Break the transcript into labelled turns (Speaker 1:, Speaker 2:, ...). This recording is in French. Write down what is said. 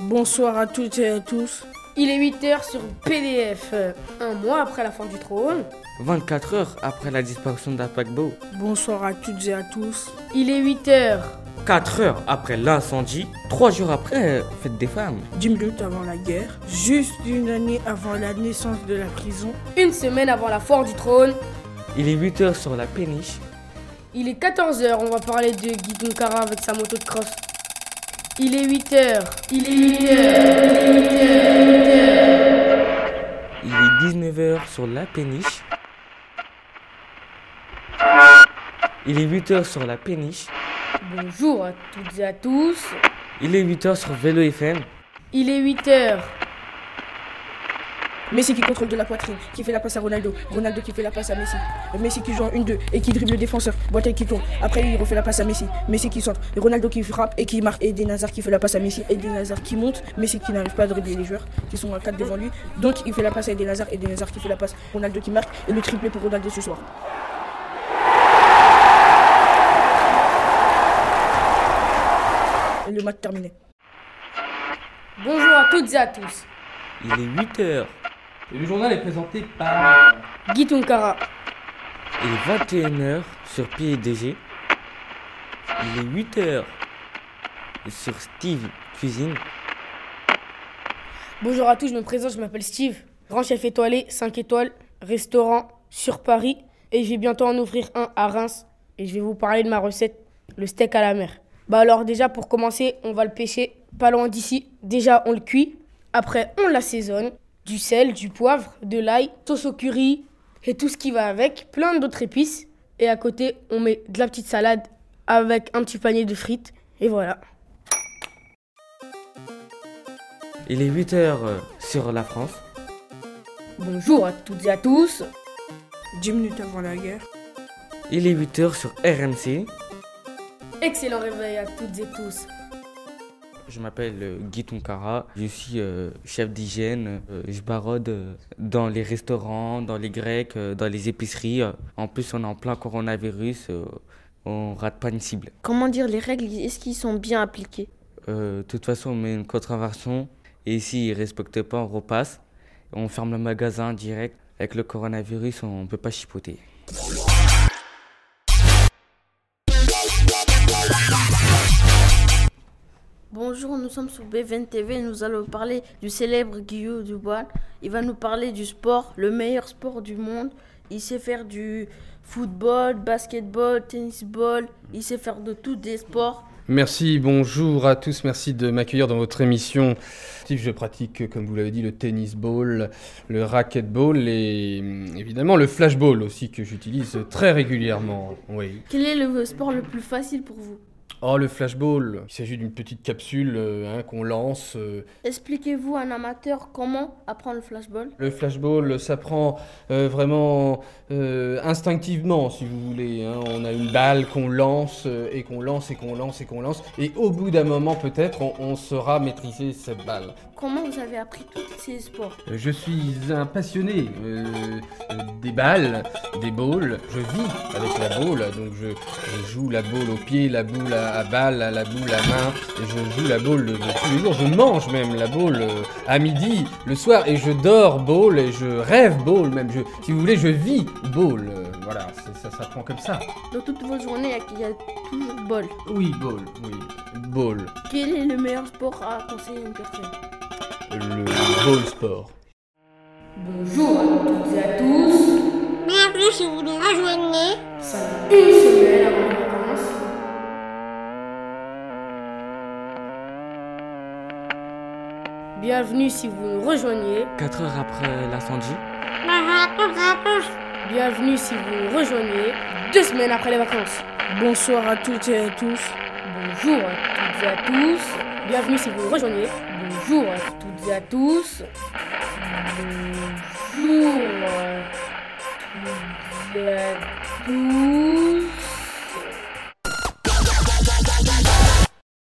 Speaker 1: Bonsoir à toutes et à tous. Il est 8h sur PDF, euh, un mois après la fin du trône.
Speaker 2: 24 heures après la disparition d'un paquebot,
Speaker 1: Bonsoir à toutes et à tous. Il est 8h,
Speaker 2: 4 heures après l'incendie, 3 jours après euh, fête des femmes,
Speaker 1: 10 minutes avant la guerre, juste une année avant la naissance de la prison, une semaine avant la foire du trône.
Speaker 2: il est 8 heures sur la péniche,
Speaker 1: Il est 14h, on va parler de Guy Kara avec sa moto de cross. Il est 8h, il est 8h.
Speaker 2: il est 19 heures sur la péniche, il est 8 heures sur la péniche,
Speaker 1: Bonjour à toutes et à tous.
Speaker 2: il est 8 heures sur Vélo FM,
Speaker 1: Il est 8h,
Speaker 3: Messi qui contrôle de la poitrine, qui fait la passe à Ronaldo, Ronaldo qui fait la passe à Messi, Messi qui joue en 1-2 et qui dribble le défenseur, Boateng qui tourne, après il refait la passe à Messi, Messi qui centre, Ronaldo qui frappe et qui marque, Eden Hazard qui fait la passe à Messi, Eden Hazard qui monte, Messi qui n'arrive pas à dribbler les joueurs qui sont à 4 devant lui, donc il fait la passe à Eden Hazard, Eden Hazard qui fait la passe, Ronaldo qui marque et le triplé pour Ronaldo ce soir. Et Le match terminé.
Speaker 1: bonjour à toutes et à tous.
Speaker 2: il est 8 heures,
Speaker 4: Et le journal est présenté par.
Speaker 1: Guy Tunkara,
Speaker 2: il est 21 heures sur PDG, il est 8 heures sur Steve Cuisine,
Speaker 1: Bonjour à tous, je me présente, je m'appelle Steve, grand chef étoilé, 5 étoiles, restaurant sur Paris, et je vais bientôt en offrir un à Reims, et je vais vous parler de ma recette, le steak à la mer. Bah alors déjà, pour commencer, on va le pêcher pas loin d'ici, déjà on le cuit, après on l'assaisonne, du sel, du poivre, de l'ail, sauce au curry, et tout ce qui va avec, plein d'autres épices, et à côté, on met de la petite salade avec un petit panier de frites, et voilà.
Speaker 2: il est 8 heures euh, sur la France,
Speaker 1: Bonjour à toutes et à tous
Speaker 3: 10 minutes avant la guerre.
Speaker 2: il est 8 heures sur RMC,
Speaker 1: Excellent réveil à toutes et tous.
Speaker 2: Je m'appelle euh, Guy Tunkara, je suis euh, chef d'hygiène, euh, je barode euh, dans les restaurants, dans les grecs, euh, dans les épiceries. euh. En plus, on est en plein coronavirus, euh, on rate pas une cible.
Speaker 5: Comment dire les règles Est-ce qu'ils sont bien appliqués
Speaker 2: Euh, De toute façon, on met une contravention et s'ils ne respectent pas, on repasse. On ferme le magasin direct. Avec le coronavirus, on ne peut pas chipoter.
Speaker 5: Bonjour, nous sommes sur B20 TV et nous allons parler du célèbre Guillaume Dubois. Il va nous parler du sport, le meilleur sport du monde. Il sait faire du football, basketball, tennis-ball. Il sait faire de tous des sports.
Speaker 4: Merci, bonjour à tous, merci de m'accueillir dans votre émission. Je pratique, comme vous l'avez dit, le tennis ball, le racquetball et hum, évidemment le flashball aussi que j'utilise très régulièrement. Oui.
Speaker 5: Quel est le sport le plus facile pour vous
Speaker 4: Oh, le flashball Il s'agit d'une petite capsule euh, hein, qu'on lance. euh,
Speaker 5: Expliquez-vous à un amateur comment apprendre le flashball.
Speaker 4: Le flashball s'apprend euh, vraiment euh, instinctivement, si vous voulez. hein. On a une balle qu'on lance euh, et qu'on lance et qu'on lance et qu'on lance. Et au bout d'un moment, peut-être, on, on saura maîtriser cette balle.
Speaker 5: Comment vous avez appris tous ces sports
Speaker 4: Euh, Je suis un passionné euh, euh, des balles, des balls. Je vis avec la balle, donc je, je joue la balle au pied, la boule à, à balle, à la boule à main. Et je joue la balle de, de tous les jours. Je mange même la balle euh, à midi, le soir, et je dors balle et je rêve balle même. Je, si vous voulez, je vis balle. Euh, voilà, c'est- ça s'apprend comme ça.
Speaker 5: Dans toutes vos journées, il y a toujours ball.
Speaker 4: Oui, ball, oui, ball,
Speaker 5: Quel est le meilleur sport à conseiller à une personne
Speaker 4: le ball sport.
Speaker 1: Bonjour à toutes et à tous.
Speaker 6: Bienvenue si vous nous rejoignez.
Speaker 1: Ça fait une semaine avant les vacances. Bienvenue si vous nous rejoignez.
Speaker 2: 4 heures après l'incendie,
Speaker 6: Bonjour à tous et à tous.
Speaker 1: Bienvenue si vous nous rejoignez. Deux semaines après les vacances.
Speaker 3: Bonsoir à toutes et à tous.
Speaker 1: Bonjour à toutes et à tous. Bienvenue si vous nous rejoignez. Bonjour à toutes et à tous. Bonjour à toutes et à tous.